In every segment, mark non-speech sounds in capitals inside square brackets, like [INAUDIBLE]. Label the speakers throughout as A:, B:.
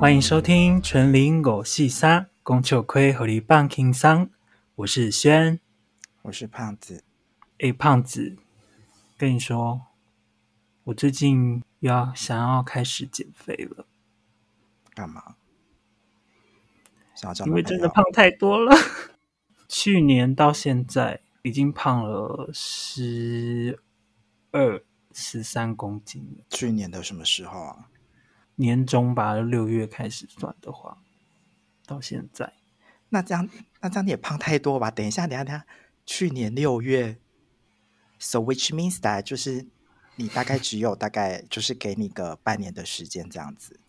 A: 欢迎收听《纯零偶戏沙》，宫秋亏和你棒 king 桑，我是轩。
B: 我是胖子，
A: 哎，胖子，跟你说，我最近又要想要开始减肥了，
B: 干嘛？想要找
A: 因
B: 男
A: 为
B: 朋
A: 真
B: 友
A: 的胖太多了。去年到现在已经胖了十二、十三公斤了。
B: 去年的什么时候啊？
A: 年中吧，六月开始算的话，到现在
B: 那这样，那这样你也胖太多吧？等一下，等一下，等一下，去年六月，so which means that 就是你大概只有大概就是给你个半年的时间这样子，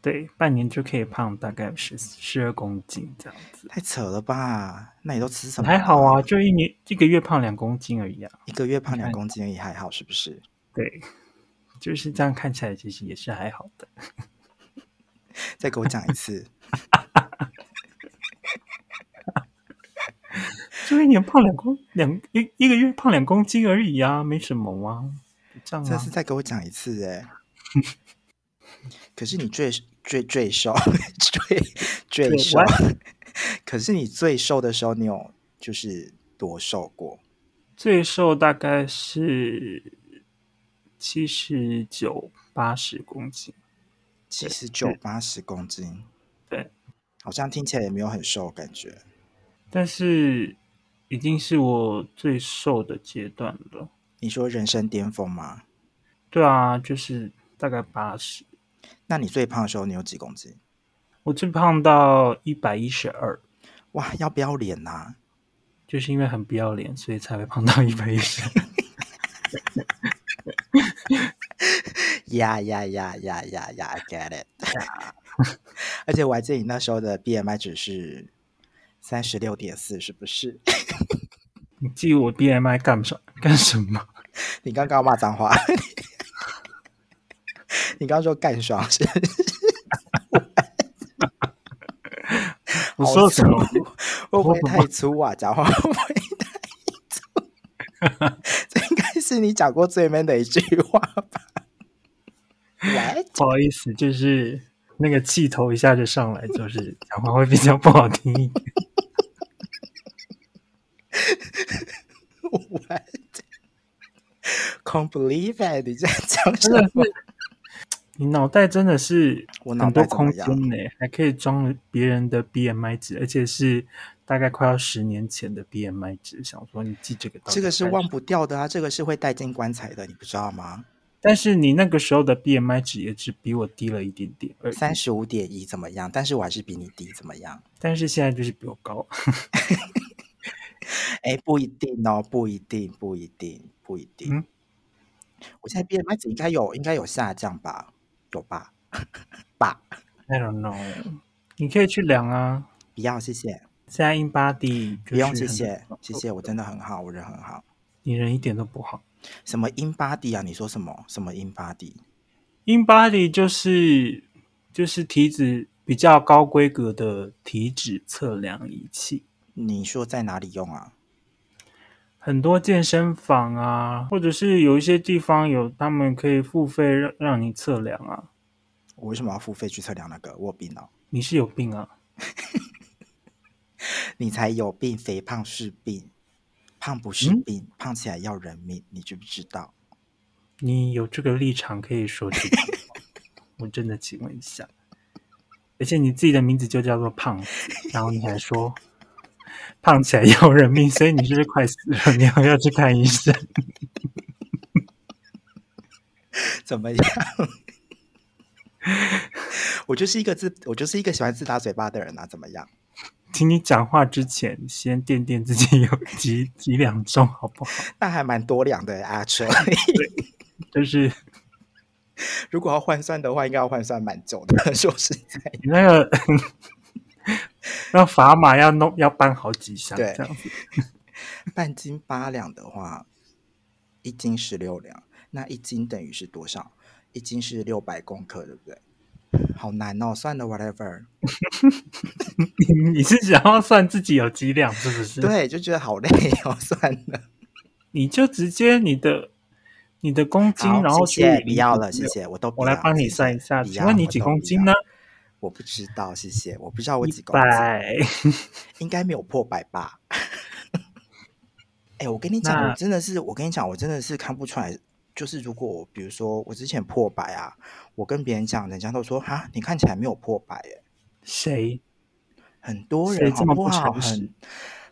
A: 对半年就可以胖大概十十二公斤这样子，
B: 太扯了吧？那你都吃什么？
A: 还好，啊，就一年一个月胖两公斤而已啊。
B: 一个月胖
A: 你看
B: 两公斤也还好，是不是？
A: 对， [LAUGHS] 就是这样看起来其实也是还好的。
B: 再给我讲一次，
A: 就一年胖两公两一一个月胖两公斤而已啊，没什么啊，就这样
B: 真
A: 啊
B: 是。再给我讲一次
A: [LAUGHS]
B: 哎、可是你最最最瘦 [LAUGHS] 最最
A: 对
B: 瘦
A: 我，
B: [LAUGHS] 可是你最瘦的时候，你有就是多瘦过？
A: 最瘦大概是七十九八十公斤，
B: 七十九八十公斤，
A: 对，
B: 好像听起来也没有很瘦，感觉
A: 但是已经是我最瘦的阶段了。
B: 你说人生巅峰吗？
A: 对啊，就是大概八十，
B: 那你最胖的时候，你有几公斤？
A: 我最胖到一百一十二，
B: 哇，要不要脸呐、啊
A: 就是因为很不要脸，所以才会胖到一百一十。
B: 呀呀呀呀呀呀，get
A: [LAUGHS]
B: it！而 [LAUGHS] 且我还记得你那时候的 BMI 只是三十六点四，是不是？
A: [LAUGHS]
B: [LAUGHS]
A: 你记我 BMI 干什干什么？
B: 你刚刚骂脏话， [LAUGHS] 你刚刚说干爽是？
A: 我说什么？
B: 会不会太粗啊？讲话会不会太粗？ [LAUGHS] 这应该是你讲过最 man 的一句话吧？来，
A: 不好意思，就是那个气头一下就上来，就是讲话会比较不好听一点。
B: What? [LAUGHS] Can't believe it！你在讲什
A: 真的
B: 么？
A: 是， [LAUGHS] 你脑袋真的是
B: 我脑
A: 很多
B: 袋怎
A: 空
B: 么
A: 间
B: 样？啊
A: 呢、还可以装别人的 BMI 值，而且是大概快要十年前的 BMI 值。想说你记这个到底
B: 这个是
A: 干
B: 忘
A: 什么，
B: 不掉的啊，这个是会带进棺材的，你不知道吗？
A: 但是你那个时候的 BMI 值也只比我低了一点点而已，
B: 三十五点一怎么样？但是我还是比你低，怎么样？
A: 但是现在就是比我高。
B: 哎，不一定哦，不一定，不一定，不一定。
A: 嗯
B: 我现在 BMI 值应该有，应该有下降吧？有吧？吧？
A: I don't know，你可以去量啊。
B: 不要，谢谢，
A: 现在 in body 就是
B: 不用，谢
A: 很
B: 谢，谢谢，我真的很好，我人很好。
A: 你人一点都不好。
B: 什么 in body 啊？你说什么？什么 in body？
A: In body 就是就是体脂比较高规格的体脂测量仪器，
B: 你说在哪里用啊？
A: 很多健身房啊，或者是有一些地方有他们可以付费让让你测量啊。
B: 我为什么要付费去测量那个？我有病哦！
A: 你是有病啊？
B: 你才有病，肥胖是病，胖不是
A: 嗯
B: 病，胖起来要人命，你知不知道？ [LAUGHS]
A: 你有这个立场可以说这句话？ [LAUGHS] 我真的请问一下，而且你自己的名字就叫做胖子，然后你还说胖起来要人命，所以你是不是快死了？你要不要去看医生？
B: 怎么样？ [LAUGHS] 我就是一个自，我就是一个喜欢自打嘴巴的人啊，怎么样？
A: 请你讲话之前，先垫垫自己有
B: [LAUGHS]
A: 几几两重，好不好？
B: 那还蛮多两的阿春。 [LAUGHS]
A: 就是
B: 如果要换算的话，应该要换算蛮久的。 [LAUGHS] 说实在，
A: 你那个 [LAUGHS] 那砝码要弄要搬好几箱，
B: 对
A: 这样子。 [LAUGHS]
B: 半斤八两的话，一斤十六两，那一斤等于是多少？一斤是六百公克，对不对？好难哦，算了，whatever。
A: 你你是想要算自己有几两，是不是？，
B: 对，就觉得好累哦， [LAUGHS] 算了。
A: 你就直接你的你的公斤，
B: 好
A: 然后
B: 谢谢，
A: 去
B: 不要了，谢。谢，我都不
A: 我来
B: 要
A: 帮你
B: 谢谢
A: 算一下，
B: 不
A: 请
B: 要
A: 问你
B: 我
A: 几
B: 都
A: 公
B: 不
A: 斤
B: 要
A: 呢？
B: 我不知道，谢谢，我不知道我几
A: 一
B: 公斤，
A: 百，
B: 应该没有破百吧？哎、我跟你讲，
A: 那
B: 我真的是，我跟你讲，我真的是看不出来。就是如果我比如说我之前破百啊，我跟别人讲，人家都说哈，你看起来没有破百耶。
A: [LAUGHS] 谁？
B: 很多
A: 谁
B: 人
A: 这
B: 好
A: 么
B: 不
A: 不
B: 好？
A: 诚实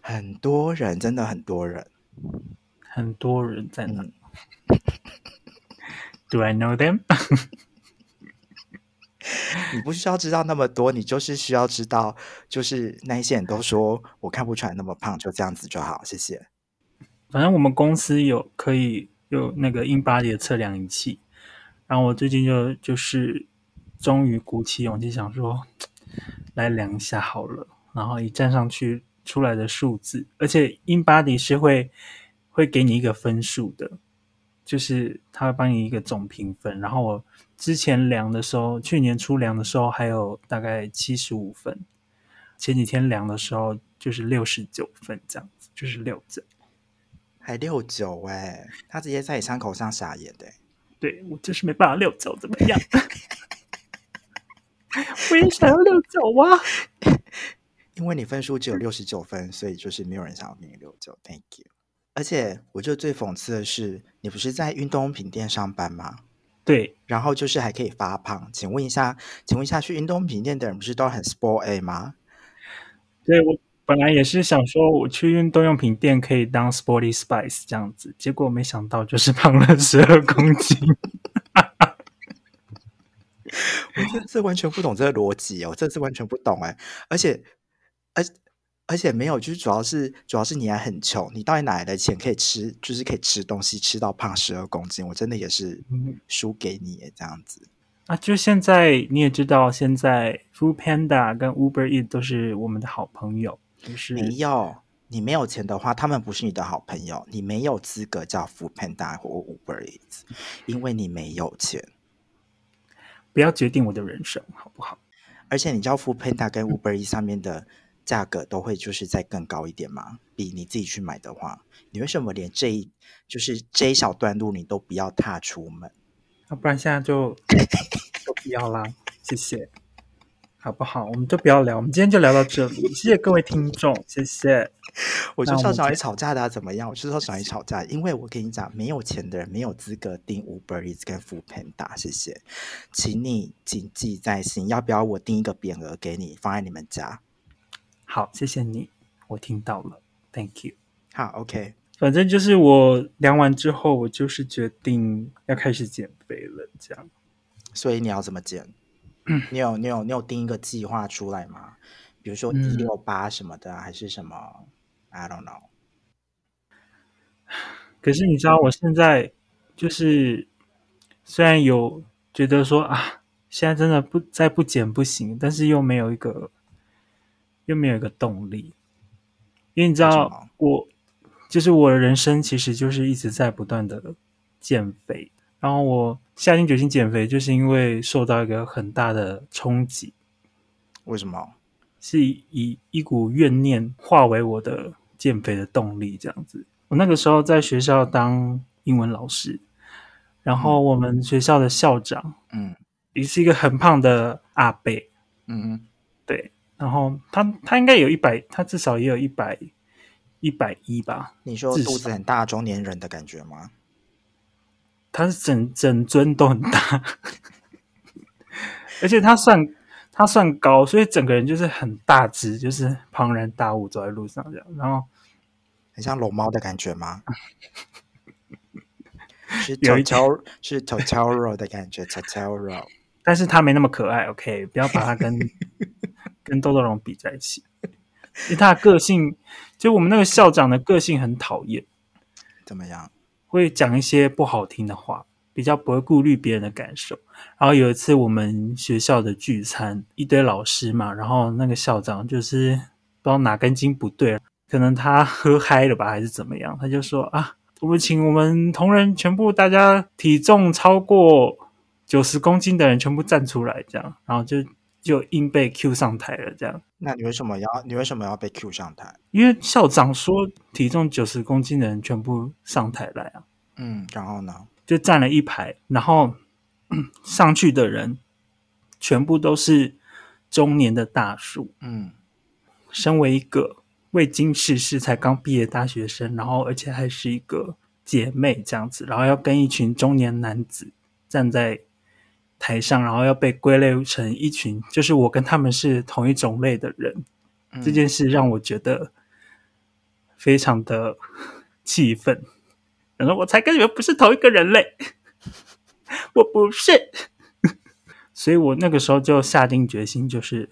B: 很很多人，真的很多人。
A: 很多人在那。
B: 嗯
A: Do I know them？
B: 你不需要知道那么多，你就是需要知道，就是那一些人都说我看不出来那么胖，就这样子就好，谢谢。
A: 反正我们公司有可以有那个 InBody 的测量仪器，然后我最近就就是终于鼓起勇气想说来量一下好了，然后一站上去出来的数字，而且 InBody 是会会给你一个分数的，就是它会帮你一个总评分。然后我之前量的时候，去年初量的时候还有大概七十五分，前几天量的时候就是六十九分这样子，就是六整。
B: 还六九哎，他直接在你伤口上撒盐的、欸
A: 对我就是没办法遛脚，怎么样？ [LAUGHS] 我也想要遛脚啊！
B: 因为你分数只有六十九分，所以就是没有人想要给你六九，Thank you。而且我觉得最讽刺的是，你不是在运动用品店上班吗？
A: 对，
B: 然后就是还可以发胖，请问一下，请问一下，去运动用品店的人不是都很 sport A 吗？
A: 所以我本来也是想说，我去运动用品店可以当 Sporty Spice 这样子，结果没想到就是胖了十二公斤。 [LAUGHS]
B: 我真的是完全不懂这个逻辑哦，我真的是完全不懂哎，而且，而而且没有，就是主要是主要是你还很穷，你到底哪来的钱可以吃，就是可以吃东西吃到胖十二公斤？我真的也是
A: 嗯
B: 输给你耶这样子。
A: 啊，就现在你也知道，现在 Food Panda 跟 Uber E 都是我们的好朋友，就是
B: 没有，你没有钱的话，他们不是你的好朋友，你没有资格叫 Food Panda 或 Uber Eats，因为你没有钱。
A: 不要决定我的人生，好不好？
B: 而且你知道 Food Panda 跟 Uber E 上面的价格都会就是再更高一点嘛，比你自己去买的话，你为什么连这一就是这一小段路你都不要踏出门？
A: 要不然现在就都不要啦，谢谢，好不好？我们就不要聊，我们今天就聊到这里，谢谢各位听众，谢谢。
B: 我就
A: 那我
B: 是要
A: 们
B: 找
A: 再
B: 你吵架的、啊，怎么样？我就是要找你吵架，因为我跟你讲，没有钱的人没有资格订 Uber Eats 跟 Food Panda，谢谢，请你谨记在心，要不要我订一个匾额给你放在你们家？
A: 好，谢谢你，我听到了，Thank you。
B: 好，OK，
A: 反正就是我量完之后，我就是决定要开始减肥了，这样。
B: 所以你要怎
A: [CLEARS THROAT]
B: 么减？你有你有你有定一个计划出来吗？比如说
A: 嗯
B: 一六八什么的啊，还是什么？I don't know。
A: 可是你知道，我现在就是虽然有觉得说啊，现在真的不再不减不行，但是又没有一个又没有一个动力，因为你知
B: 为什么
A: 道我就是我的人生其实就是一直在不断的减肥，然后我下定决心减肥，就是因为受到一个很大的冲击，
B: 为什么？
A: 是以一股怨念化为我的减肥的动力，这样子。我那个时候在学校当英文老师，然后我们学校的校长
B: 嗯
A: 也是一个很胖的阿伯，
B: 嗯嗯，
A: 对，然后他他应该有一百，他至少也有一百一百一吧，
B: 你说
A: 至
B: 肚子
A: 少
B: 很大的中年人的感觉吗？
A: 他是整整尊都很大， [LAUGHS] 而且他算他算高，所以整个人就是很大只，就是庞然大物走在路上这样，然后。
B: 很像龙猫的感觉
A: [LAUGHS]
B: 吗？是
A: 有一
B: Totoro 是 Totoro 的感觉，Totoro。
A: 但是它没那么可爱，OK，不要把它跟跟豆豆龙比在一起，因为它的个性，就我们那个校长的个性很讨厌，
B: 怎么样？
A: 会讲一些不好听的话，比较不会顾虑别人的感受。然后有一次我们学校的聚餐，一堆老师嘛，然后那个校长就是不知道哪根筋不对，可能他喝嗨了吧，还是怎么样，他就说啊，我们请我们同仁全部大家体重超过九十公斤的人全部站出来，这样，然后就就硬被 Q 上台了，这样。
B: 那你为什么要你为什么要被 Q 上台？
A: 因为校长说体重九十公斤的人全部上台来啊，
B: 嗯，然后呢？
A: 就站了一 [CLEARS THROAT] 排，然后上去的人全部都是中年的大叔，
B: 嗯，
A: 身为一个未经世事、才刚毕业的大学生，然后而且还是一个姐妹这样子，然后要跟一群中年男子站在台上，然后要被归类成一群，就是我跟他们是同一种类的人，
B: 嗯
A: 这件事让我觉得非常的气愤。然后我才跟你们不是同一个人类，我不是。 [LAUGHS] 所以我那个时候就下定决心，就是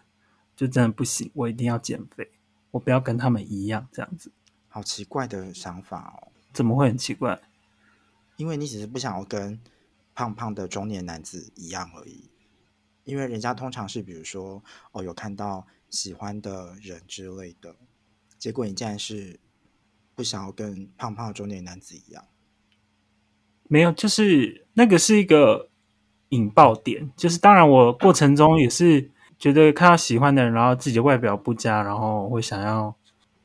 A: 就真的不行，我一定要减肥，我不要跟他们一样这样子。
B: 好奇怪的想法哦，
A: 怎么会很奇怪？
B: 因为你只是不想要跟胖胖的中年男子一样而已。因为人家通常是比如说哦有看到喜欢的人之类的，结果你竟然是不想要跟胖胖的中年男子一样。
A: 没有，就是那个是一个引爆点，就是当然我过程中也是觉得看到喜欢的人，然后自己的外表不佳，然后会想要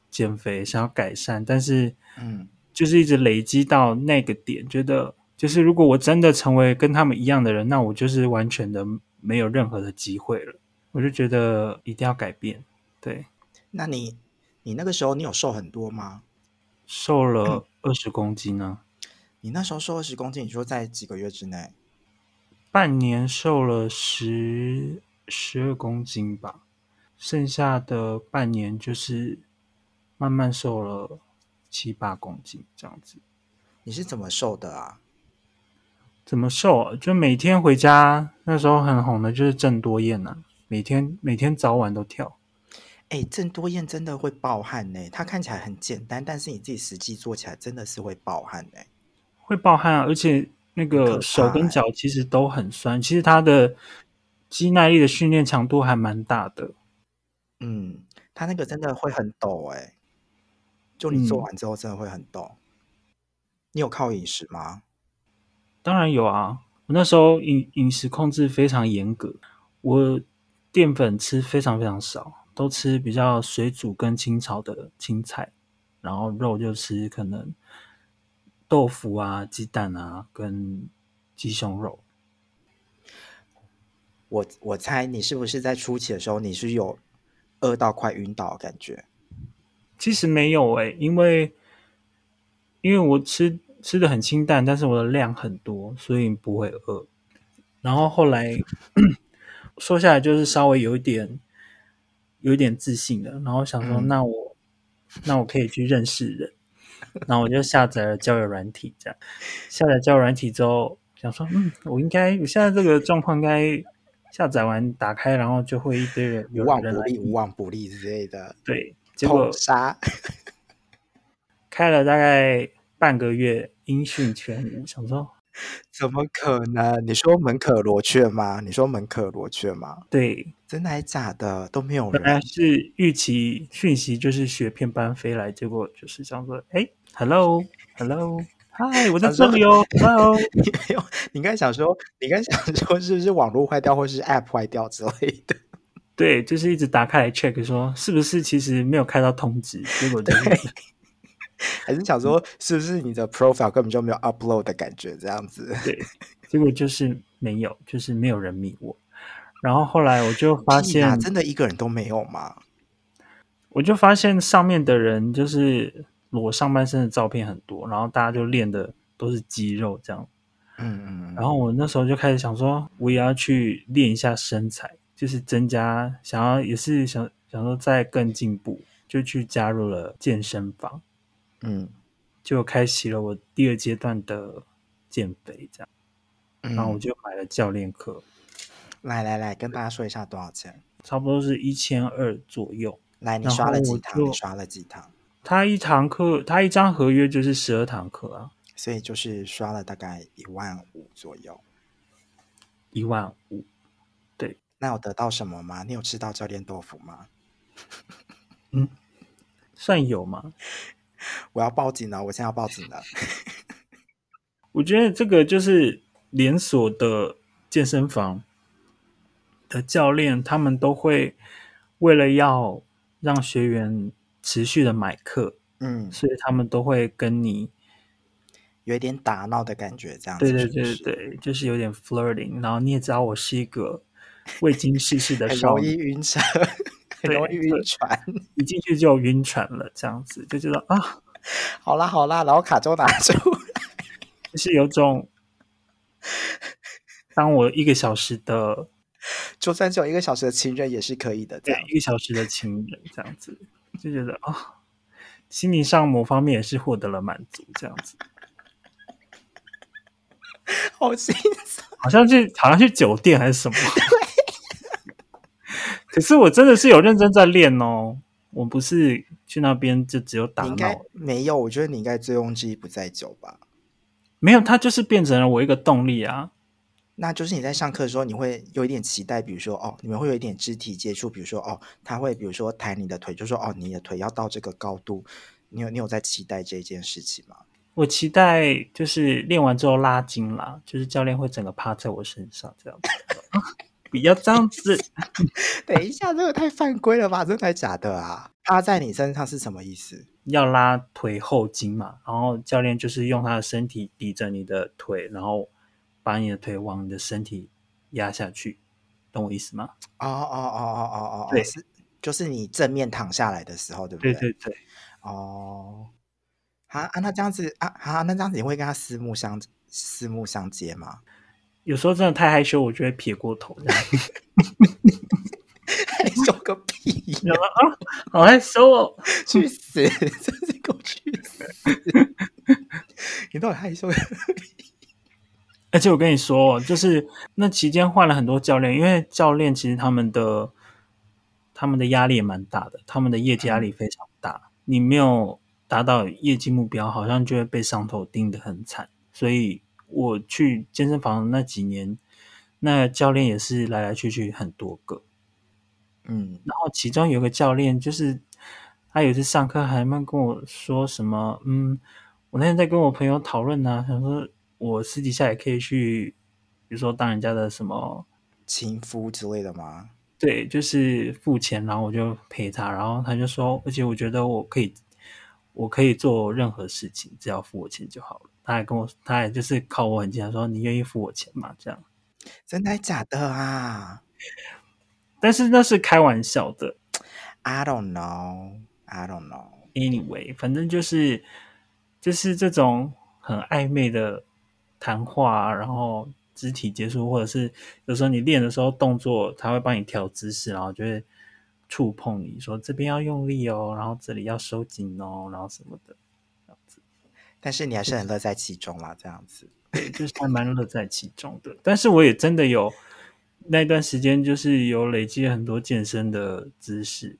A: 减肥，想要改善，但是
B: 嗯
A: 就是一直累积到那个点，觉得就是如果我真的成为跟他们一样的人，那我就是完全的没有任何的机会了。我就觉得一定要改变，对，
B: 那你你那个时候你有瘦很多吗？
A: 瘦了二十公斤呢、
B: 你那时候瘦二十公斤，你说在几个月之内？
A: 半年瘦了十十二公斤吧，剩下的半年就是慢慢瘦了七八公斤这样子。
B: 你是怎么瘦的啊？
A: 怎么瘦啊？就每天回家，那时候很红的就是郑多燕呐、每天每天早晚都跳。
B: 哎，郑多燕真的会暴汗呢、她看起来很简单，但是你自己实际做起来真的是会暴汗呢、
A: 会暴汗啊，而且那
B: 很可
A: 个
B: 怕
A: 手跟
B: 欸
A: 脚其实都很酸。其实他的肌耐力的训练强度还蛮大的。
B: 嗯，她那个真的会很抖哎、就你做
A: 嗯
B: 完之后真的会很抖。你有靠饮食吗？
A: 当然有啊，我那时候饮饮食控制非常严格，我淀粉吃非常非常少，都吃比较水煮跟清炒的青菜，然后肉就吃可能豆腐啊、鸡蛋啊跟鸡胸肉。
B: 我我猜你是不是在初期的时候你是有饿到快晕倒的感觉？
A: 其实没有诶、因为因为我吃吃的很清淡，但是我的量很多，所以不会饿。然后后来 [CLEARS THROAT] 说下来就是稍微有一点有一点自信了，然后想说、
B: 嗯
A: 那我那我可以去认识人，然后我就下载了交友软体，这样下载交友软体之后，想说嗯，我应该我现在这个状况应该下载完打开，然后就会一堆人
B: 无
A: 有
B: 往
A: 人
B: 不
A: 来
B: 利，无往不利之类的，
A: 对，结果
B: 痛杀。 [LAUGHS]
A: 开了大概半个月，音讯全无，想说
B: 怎么可能？你说门可罗雀吗？你说门可罗雀吗？
A: 对，
B: 真的还假的？都没有
A: 本来
B: 人。
A: 是预期讯息就是雪片般飞来，结果就是想说，哎，hello，hello，嗨，我在这里哦，hello，
B: [LAUGHS] 你没有，你应该想说，你应该想说，是不是网络坏掉，或是 App 坏掉之类的？
A: 对，就是一直打开来 check 说是不是其实没有开到通知，结果就是
B: 还是
A: 嗯
B: 想说，是不是你的 profile 根本就没有 upload 的感觉？这样子，
A: 对，结果就是没有，就是没有人密我。然后后来我就发
B: 屁
A: 现
B: 啦，真的一个人都没有吗？
A: 我就发现上面的人就是裸上半身的照片很多，然后大家就练的都是肌肉这样。
B: 嗯嗯
A: 然
B: 嗯，
A: 后我那时候就开始想说，我也要去练一下身材，就是增加想要也是想想说再更进步，就去加入了健身房，
B: 嗯
A: 就开启了我第二阶段的减肥这样。
B: 嗯。
A: 然后我就买了教练课，
B: 来来来，跟大家说一下多少钱。
A: 差不多是一千二左右。
B: 来，你
A: 然
B: 刷
A: 后
B: 了
A: 我
B: 几堂？你
A: 就
B: 刷了几堂？
A: 他一堂课，他一张合约就是十二堂课啊，
B: 所以就是刷了大概一万五左右。
A: 一万五。
B: 那有得到什么吗？你有吃到教练豆腐吗？
A: 算有吗？
B: 我要报警了！我现在要报警了！
A: 我觉得这个就是连锁的健身房的教练，他们都会为了要让学员持续的买课，
B: 嗯，
A: 所以他们都会跟你，
B: 有一点打闹的感觉，这样子
A: 对对
B: 是不
A: 对
B: 是？
A: 对，就是有点 flirting，然后你也知道我是一个未经世事的
B: 很
A: 少
B: 容
A: 女
B: 易，晕车， [LAUGHS] 很
A: 对
B: 容易
A: 对
B: 晕船。
A: 一进去就晕船了，这样子就觉得啊，
B: 好啦好啦，然后卡就拿出来，
A: 就是有
B: [LAUGHS]
A: 种，当我一个小时的
B: 就算只有一个小时的情人也是可以的，
A: 对
B: 这样
A: 一个小时的情人这样子，就觉得啊、心理上某方面也是获得了满足，这样子，
B: 好心酸。
A: 好像是好像是酒店还是
B: [LAUGHS]
A: 什么。可是我真的是有认真在练哦，我不是去那边就只有打
B: 你应
A: 闹
B: 该没有，我觉得你应该醉翁之意不在酒吧。
A: 没有，它就是变成了我一个动力啊。
B: 那就是你在上课的时候，你会有一点期待，比如说哦，你们会有一点肢体接触，比如说哦，他会比如说抬你的腿，就说哦，你的腿要到这个高度，你有你有在期待这件事情吗？
A: 我期待就是练完之后拉筋啦，就是教练会整个趴在我身上这样子， [LAUGHS] 啊不要这样子。
B: 等一下，这个太犯规了吧？真的假的啊？趴在你身上是什么意思？
A: 要拉腿后筋嘛，然后教练就是用他的身体抵着你的腿，然后把你的腿往你的身体压下去，懂我意思吗？
B: 哦哦哦哦哦哦，哦
A: 对
B: 是就是你正面躺下来的时候，对不
A: 对
B: 对
A: 对对，
B: 哦，啊啊，那这样子啊啊，那这样子你会跟他四目相四目相接吗？ [LAUGHS]
A: 有时候真的太害羞，我就会撇过头这样， [LAUGHS]
B: 害羞个屁呀！
A: 然后啊，好害羞哦。
B: 去死！真是给我去死！ [LAUGHS] 你到底害羞？
A: 而且我跟你说，哦就是那期间换了很多教练，因为教练其实他们的他们的压力也蛮大的，他们的业绩压力非常大。你没有达到业绩目标，好像就会被上头盯得很惨。所以我去健身房那几年，那教练也是来来去去很多个。
B: 嗯，
A: 然后其中有个教练，就是他有一次上课还蛮跟我说什么，嗯，我那天在跟我朋友讨论呢、想说我私底下也可以去，比如说当人家的什么，
B: 情夫之类的吗？
A: 对，就是付钱，然后我就陪他，然后他就说，而且我觉得我可以，我可以做任何事情，只要付我钱就好了。他还跟我，他还就是靠我很近，他说你愿意付我钱吗？这样。
B: 真的还假的啊
A: 但是那是开玩笑的，
B: ？I don't know, I don't know。
A: anyway，反正就是就是这种很暧昧的谈话，啊然后肢体接触，或者是有时候你练的时候动作，他会帮你调姿势，然后就会触碰你说这边要用力哦，然后这里要收紧哦，然后什么的，这样子，
B: 但是你还是很乐在其中啦，这样子。
A: 对，就是还蛮乐在其中的。但是我也真的有那段时间，就是有累积很多健身的知识，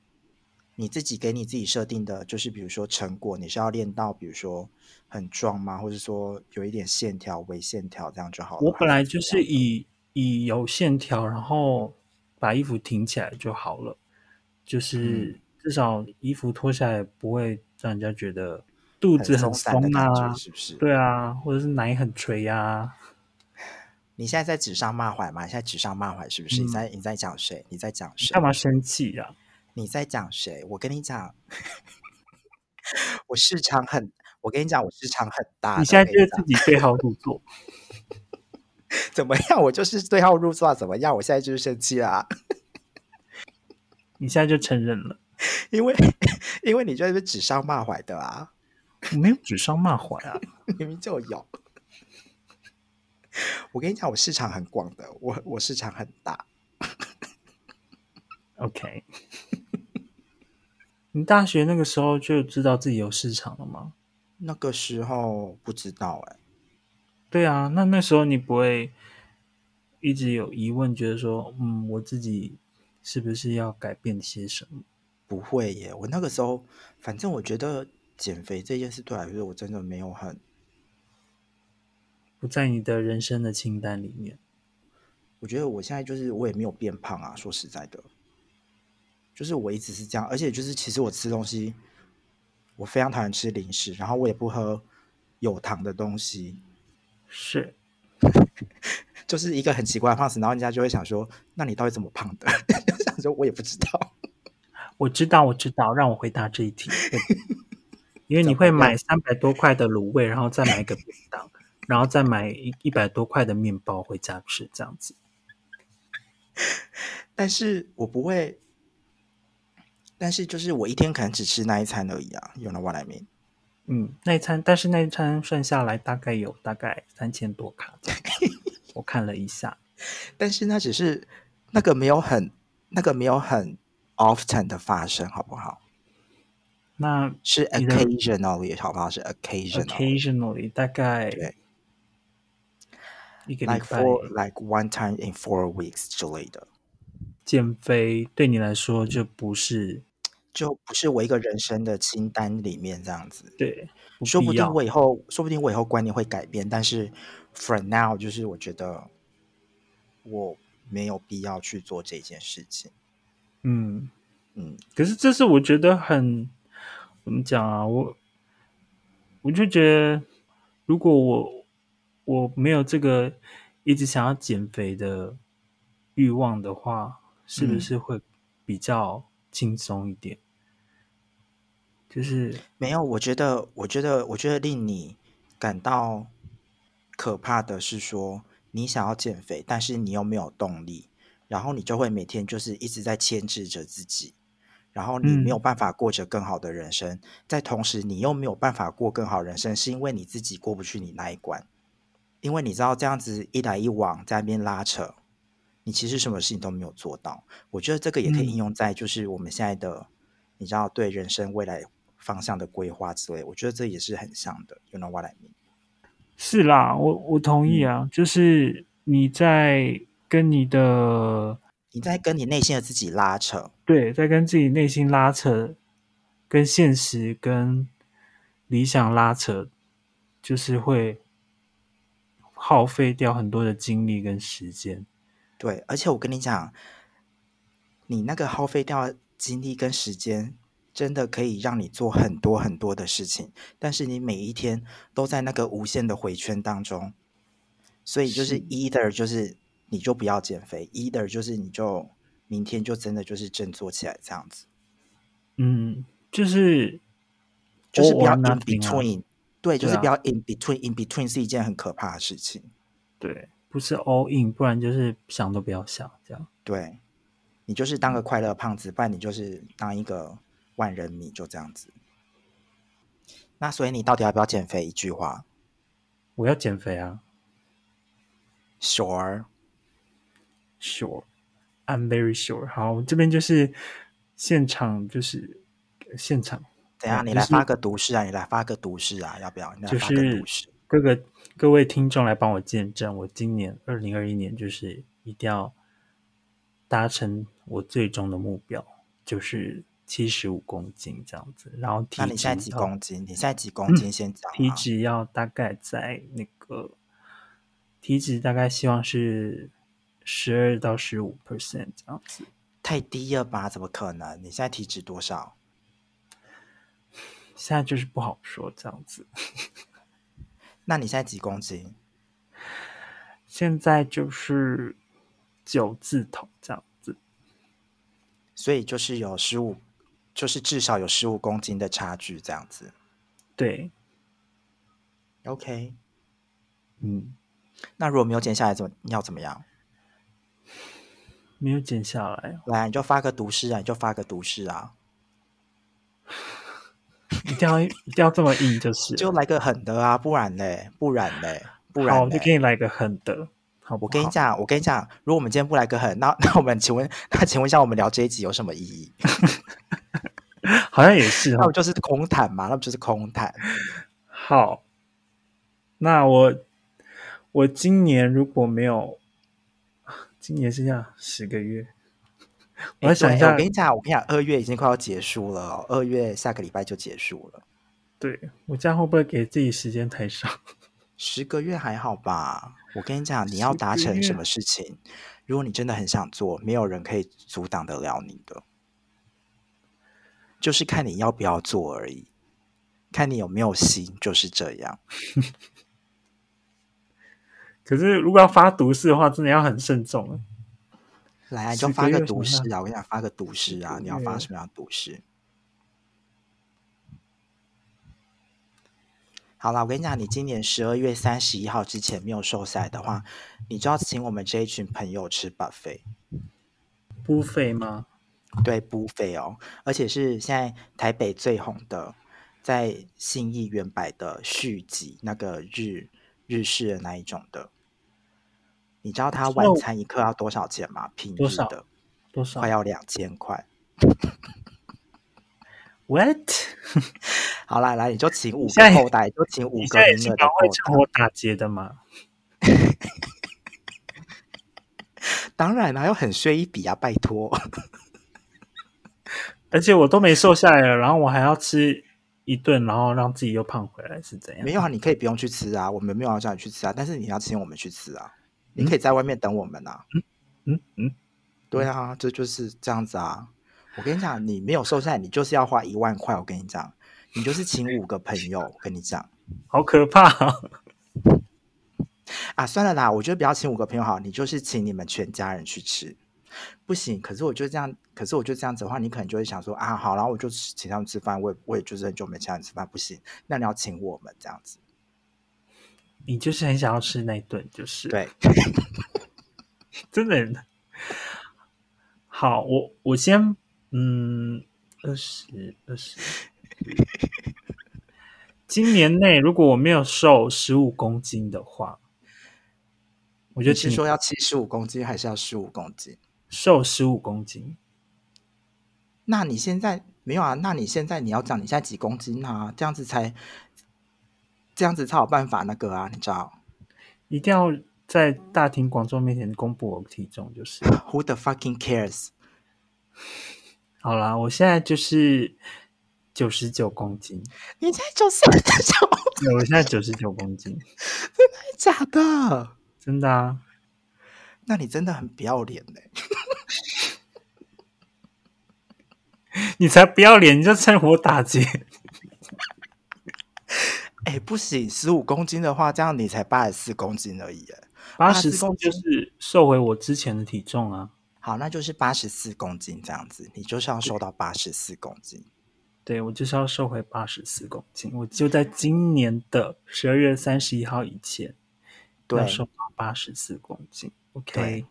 B: 你自己给你自己设定的，就是比如说成果，你是要练到比如说很壮吗？或者说有一点线条、微线条这样就好了吗？
A: 我本来就
B: 还
A: 是
B: 怎么样
A: 以以有线条，然后把衣服挺起来就好了，就是
B: 嗯
A: 至少衣服脱下来不会让人家觉得肚子
B: 很
A: 很
B: 松散的
A: 松
B: 感觉，
A: 啊，
B: 是不是？
A: 对啊，或者是奶很垂啊，
B: 你现在在指桑骂槐吗？你现在指桑骂槐是不
A: 嗯
B: 是？你在你在讲谁？你在讲谁？
A: 干嘛生气啊呀、
B: 你在讲谁？我跟你讲， [LAUGHS] 我市场很，我跟你讲，我市场很大的。
A: 你现在
B: 我跟
A: 觉
B: 你
A: 得
B: 讲
A: 自己对号入座，
B: 怎么样？我就是对号入座啊，怎么样？我现在就是生气啦、 [LAUGHS]
A: 你现在就承认了，
B: 因为 [LAUGHS] 因为你就是指桑骂槐的啊，
A: 我没有指桑骂槐啊，
B: 明明就有。 [LAUGHS] 我跟你讲，我市场很广的，我我市场很大。
A: [LAUGHS] OK，你大学那个时候就知道自己有市场了吗？
B: 那个时候不知道哎、
A: 对啊，那那时候你不会一直有疑问，觉得说，嗯，我自己是不是要改变些什么？
B: 不会耶，我那个时候，反正我觉得减肥这件事对我来说，我真的没有很，
A: 不在你的人生的清单里面。
B: 我觉得我现在就是我也没有变胖啊，说实在的，就是我一直是这样，而且就是其实我吃东西，我非常讨厌吃零食，然后我也不喝有糖的东西，
A: 是，
B: 就是一个很奇怪的胖子，然后人家就会想说，那你到底怎么胖的？ [LAUGHS] 就想说我也不知道，
A: 我知道，我知道，让我回答这一题，
B: [LAUGHS]
A: 对不对因为你
B: 怎么
A: 会买
B: 样
A: 三百多块的卤味，然后再买一个便当，然后再买一一百多块的面包回家吃，这样子。
B: 但是我不会，但是就是我一天可能只吃那一餐而已啊，You know what I mean？
A: 嗯，那一餐，但是那一餐算下来大概有大概三千多卡这样子
B: [LAUGHS]
A: 我看了一下，
B: 但是那只是那个没有很那个没有很 often 的发生，好不好？
A: 那
B: 是
A: 你的
B: occasionally 好不好？是 occasionally。
A: occasionally 大概
B: 对
A: 一个礼
B: Like
A: 拜
B: for like one time in four weeks 之类的，
A: 减肥对你来说就不
B: 嗯
A: 是
B: 就不是我一个人生的清单里面这样子。
A: 对，不
B: 说不
A: 必
B: 定
A: 要
B: 我以后，说不定我以后观念会改变，但是 for now 就是我觉得我没有必要去做这件事情。
A: 嗯，
B: 嗯，
A: 可是这是我觉得很怎么讲啊？我我就觉得，如果我我没有这个一直想要减肥的欲望的话，是不
B: 嗯
A: 是会比较轻松一点？就是
B: 没有，我觉得，我觉得，我觉得令你感到可怕的是说，你想要减肥，但是你又没有动力，然后你就会每天就是一直在牵制着自己，然后你没有
A: 嗯
B: 办法过着更好的人生，在同时你又没有办法过更好人生，是因为你自己过不去你那一关，因为你知道这样子一来一往在那边拉扯，你其实什么事情都没有做到。我觉得这个也可以应
A: 嗯
B: 用在就是我们现在的，你知道对人生未来方向的规划之类，我觉得这也是很像的。You know what I mean？
A: 是啦，我我同意
B: 嗯，
A: 啊，就是你在跟你的
B: 你在跟你内心的自己拉扯，
A: 对，在跟自己内心拉扯，跟现实、跟理想拉扯，就是会耗费掉很多的精力跟时间。，
B: 对，而且我跟你讲，你那个耗费掉的精力跟时间，真的可以让你做很多很多的事情，但是你每一天都在那个无限的回圈当中，所以就是是 either 就是你就不要减肥，either 就是你就明天就真的就是振作起来这样子。
A: 嗯，就是
B: 就是不
A: all
B: 要
A: or
B: in
A: nothing 啊，
B: between，对，就
A: 对
B: 是不
A: 啊，
B: 要 in between，in between 是一件很可怕的事情。
A: 对，不是 all in，不然就是想都不要想，这样。
B: 对，你就是当个快乐胖子，不然你就是当一个万人迷，就这样子。那所以你到底要不要减肥？一句话
A: 我要减肥啊
B: ，sure，
A: ，sure。I'm very sure。好，我这边就是现场，就是现场
B: 怎
A: 啊，
B: 样？你
A: 就
B: 来
A: 是
B: 发个毒誓啊！你来发个毒誓啊！要不要？你来
A: 就
B: 发个毒
A: 是
B: 誓。
A: 各个各位听众来帮我见证，我今年二零二一年就是一定要达成我最终的目标，就是七十五公斤这样子，然后
B: 那
A: 体
B: 你现在
A: 脂
B: 几
A: 要
B: 公斤？你现在几公
A: 嗯
B: 斤？先讲
A: 体
B: 啊。
A: 脂要大概在那个体脂大概希望是十二到十五 percent 这样子，
B: 太低了吧？怎么可能？你现在体脂多少？
A: 现在就是不好说这样子。
B: 那你现在几公斤？
A: 现在就是九字头这样子。
B: 所以就是有十五，就是至少有十五公斤的差距这样子。
A: 对，
B: OK，
A: 嗯，
B: 那如果没有减下来，怎么你要怎么样？
A: 没有减下来，
B: 来啊，你就发个毒誓啊，你就发个毒誓啊，
A: 一定要一定要这么硬就是
B: 就
A: 了。
B: 来个狠的啊，不然嘞，不然嘞，不
A: 好，
B: 然
A: 我就给
B: 嘞。
A: 你来个狠的，好
B: 我
A: 不
B: 跟你
A: 好？
B: 讲，我跟你讲，如果我们今天不来个狠，那 [LAUGHS] 那我们请问，那请问一下，我们聊这一集有什么意义？
A: 好像也是
B: 那不
A: 哦。
B: 就是空谈嘛？那不就是空谈？
A: 好，那我我今年如果没有，今年剩下十个月，我
B: 哎，
A: 要想一
B: 对，我
A: 下。
B: 跟你讲，我跟你讲，二月已经快要结束了哦，二月下个礼拜就结束了，
A: 对我这样会不会给自己时间太少？
B: 十个月还好吧？我跟你讲，你要
A: 十
B: 达
A: 个
B: 成什
A: 月，
B: 么事情，如果你真的很想做，没有人可以阻挡得了你的。就是看你要不要做而已，看你有没有心，就是这样。
A: [LAUGHS] 可是如果要发毒誓的话，真的要很慎重啊了。
B: 来啊，你就
A: 十个
B: 发个
A: 月什
B: 毒
A: 么
B: 誓
A: 呢？
B: 啊！我跟你讲，发个毒
A: 十
B: 誓
A: 个
B: 啊！你要发
A: 月，
B: 什么样的毒誓？好啦，我跟你讲，你今年十二月三十一号之前没有瘦下来的话，你就要请我们这一群朋友吃 buffet，嗯
A: 不费吗？
B: 对 buffet 哦，而且是现在台北最红的，在信义原百的续集那个日日式的那一种的。你知道它晚餐一克要多少钱吗？平
A: 多
B: 日
A: 少
B: 的
A: 多少
B: 快要两千块。
A: ？What？
B: 好啦，来你就请五
A: 现在
B: 个后代，就请五
A: 你现
B: 个
A: 在也
B: 名
A: 是
B: 额的
A: 赶快
B: 后代。
A: 趁火打劫的嘛？
B: 当然啦，要很削一笔啊，拜托。
A: 而且我都没瘦下来了，然后我还要吃一顿，然后让自己又胖回来，是怎样
B: 没？有啊，你可以不用去吃啊，我们没有要叫你去吃啊，但是你要请我们去吃啊，你可以在外面等我们啊。
A: 嗯嗯，
B: 对啊，这就是这样子啊。我跟你讲，你没有瘦下来，你就是要花一万块。我跟你讲，你就是请五个朋友。我跟你讲
A: 好可怕、哦！ [LAUGHS]
B: 啊，算了啦，我觉得不要请五个朋友好，你就是请你们全家人去吃。不行，可是我就这样，可是我就这样子的话，你可能就会想说啊，好，然后我就请他们吃饭，我也我也就是很久没请他们吃饭，不行，那你要请我们这样子。
A: 你就是很想要吃那一顿，就是
B: 对，
A: 真的好，我我先嗯，二十二十，今年内如果我没有瘦十五公斤的话，我就
B: 你
A: 请
B: 是
A: 你
B: 说要七十五公斤还是要十五公斤？
A: 瘦十五公斤。
B: 那你现在没有啊？那你现在你要讲你现在几公斤啊？这样子才这样子才有办法那个啊，你知道
A: 一定要在大庭广众面前公布我的体重，就是 [LAUGHS]
B: ？Who the fucking cares？
A: 好啦。我现在就是九十九公斤，
B: 你现在就是九，
A: 对我现在九十九公斤，
B: 假的？
A: 真的啊。
B: 那你真的很不要脸呢、
A: 你才不要脸，你就趁火打劫。
B: [LAUGHS] 哎、不行，十五公斤的话，这样你才八十四公斤而已、欸。
A: 八十
B: 84公斤
A: 就是瘦回我之前的体重啊。
B: 好，那就是八十四公斤这样子，你就是要瘦到八十四公斤。
A: 对，我就是要瘦回八十四公斤，我就在今年的十二月三十一号以前
B: 对
A: 要瘦到八十四公斤。OK，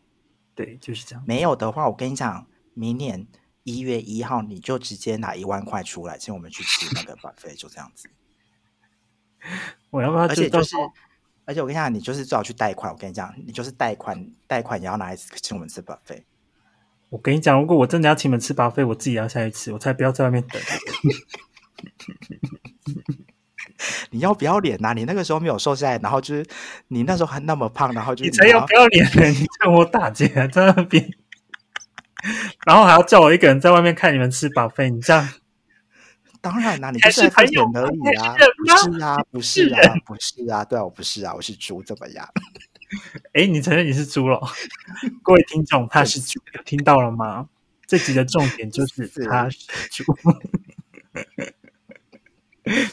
A: 对就是这样。
B: 没有的话，我跟你讲，明年一月一号你就直接拿一万块出来，请我们去吃那个 buffet，就这样子。
A: 我要不要
B: 而且
A: 到
B: 就
A: 时
B: 是
A: 候，
B: 而且我跟你讲，你就是最好去贷款。我跟你讲，你就是贷款，贷款也要拿来请我们吃 buffet。
A: 我跟你讲，如果我真的要请你们吃巴菲，我自己也要下去吃，我才不要在外面等。
B: 你要不要脸啊呐、你那个时候没有瘦下来，然后就是你那时候还那么胖，然后就是
A: 你才要不要脸呢、你趁火打劫、啊、在那边，然后还要叫我一个人在外面看你们吃巴菲，你这样
B: 当然啦、你
A: 还
B: 就是是来
A: 朋
B: 付
A: 友
B: 钱而已啊，
A: 还是
B: 不是啊，不是啊，不是啊，对啊，我不是啊，我是猪，怎么样？
A: 哎，你承认你是猪了？ [LAUGHS] 各位听众，他是猪，有听到了吗？这集的重点就是
B: 是
A: 他是猪。 [LAUGHS]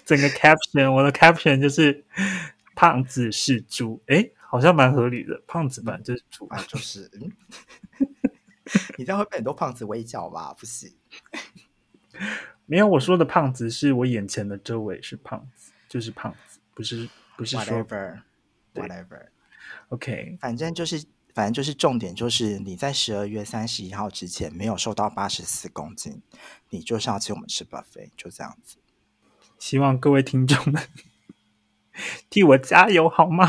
A: 整个 caption，我的 caption 就是“胖子是猪”，哎，好像蛮合理的。胖子本来就是猪，
B: 啊，就是，嗯， [LAUGHS] 你这样会被很多胖子围剿吧？不行，
A: 没有我说的胖子是我眼前的周围是胖子，就是胖子，不是不是说
B: whatever
A: 对
B: whatever，
A: OK
B: 反正就是反正就是重点就是你在十二月三十一号之前没有瘦到八十四公斤，你就是要请我们吃 buffet，就这样子。
A: 希望各位听众们替我加油好吗？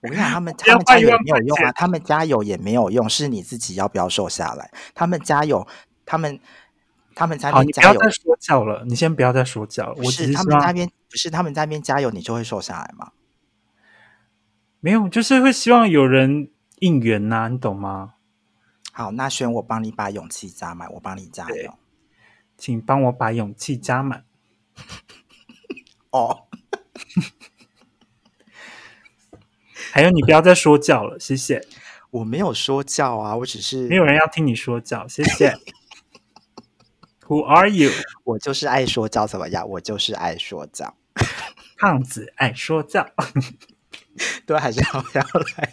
B: 我跟你讲，他
A: [LAUGHS]
B: 们
A: 不要
B: 他们加油也
A: 花一万
B: 没有用
A: 块
B: 啊，他们加油也没有用，是你自己要不要瘦下来。他们加油，他们他们在那
A: 好，
B: 边
A: 你不
B: 加
A: 要
B: 油
A: 再，说教了，你先不要再说教了。
B: 不
A: 我只
B: 是
A: 希
B: 他们
A: 望
B: 在那边不是他们在那边加油，你就会瘦下来吗？
A: 没有，就是会希望有人应援呐、你懂吗？
B: 好，那轩，我帮你把勇气加满，我帮你加
A: 对
B: 油。
A: 请帮我把勇气加满。
B: 哦，
A: 还有，你不要再说教了，谢
B: [LAUGHS]
A: 谢。
B: 我没有说教啊，我只是
A: 没有人要听你说教，谢
B: [LAUGHS]
A: 谢。Who are you？
B: 我就是爱说教，怎么样？我就是爱说教。
A: 胖子爱说教。
B: 对，还是要不要来？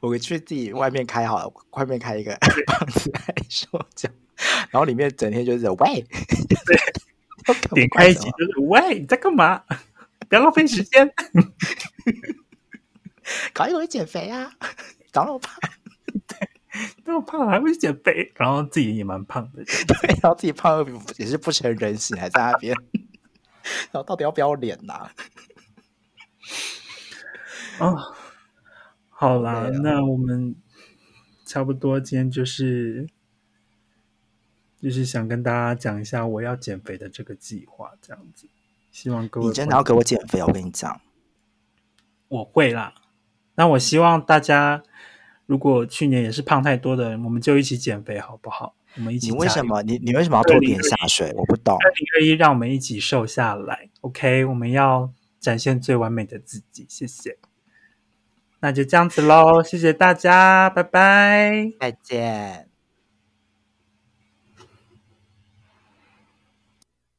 B: 我去自己外面开好了，外面开一个胖子爱说教，然后里面 [LAUGHS] 整天就是喂，对，啊
A: 点开一集就是喂，你在干嘛？ [LAUGHS] 不要浪费时间。 [LAUGHS]
B: 搞一会减肥啊，长那么胖， [LAUGHS]
A: 那么胖还会减肥，然后自己也蛮胖的。
B: 对，然后自己胖又不也是不成人形，还在那边，然后到底要不要脸呐、
A: 哦，好啦，
B: 对啊
A: 那我们差不多今天就是就是想跟大家讲一下我要减肥的这个计划，这样子。希望各位
B: 你真的
A: 朋
B: 要给我减肥，我跟你讲，
A: 我会啦。那我希望大家如果去年也是胖太多的人，我们就一起减肥好不好？我们一起
B: 你为
A: 加
B: 什
A: 油
B: 么你你为什么要拖别人下水？我不懂。
A: 二零二一，让我们一起瘦下来。OK，我们要展现最完美的自己。谢谢，那就这样子喽，谢谢大家，拜拜。
B: 再见。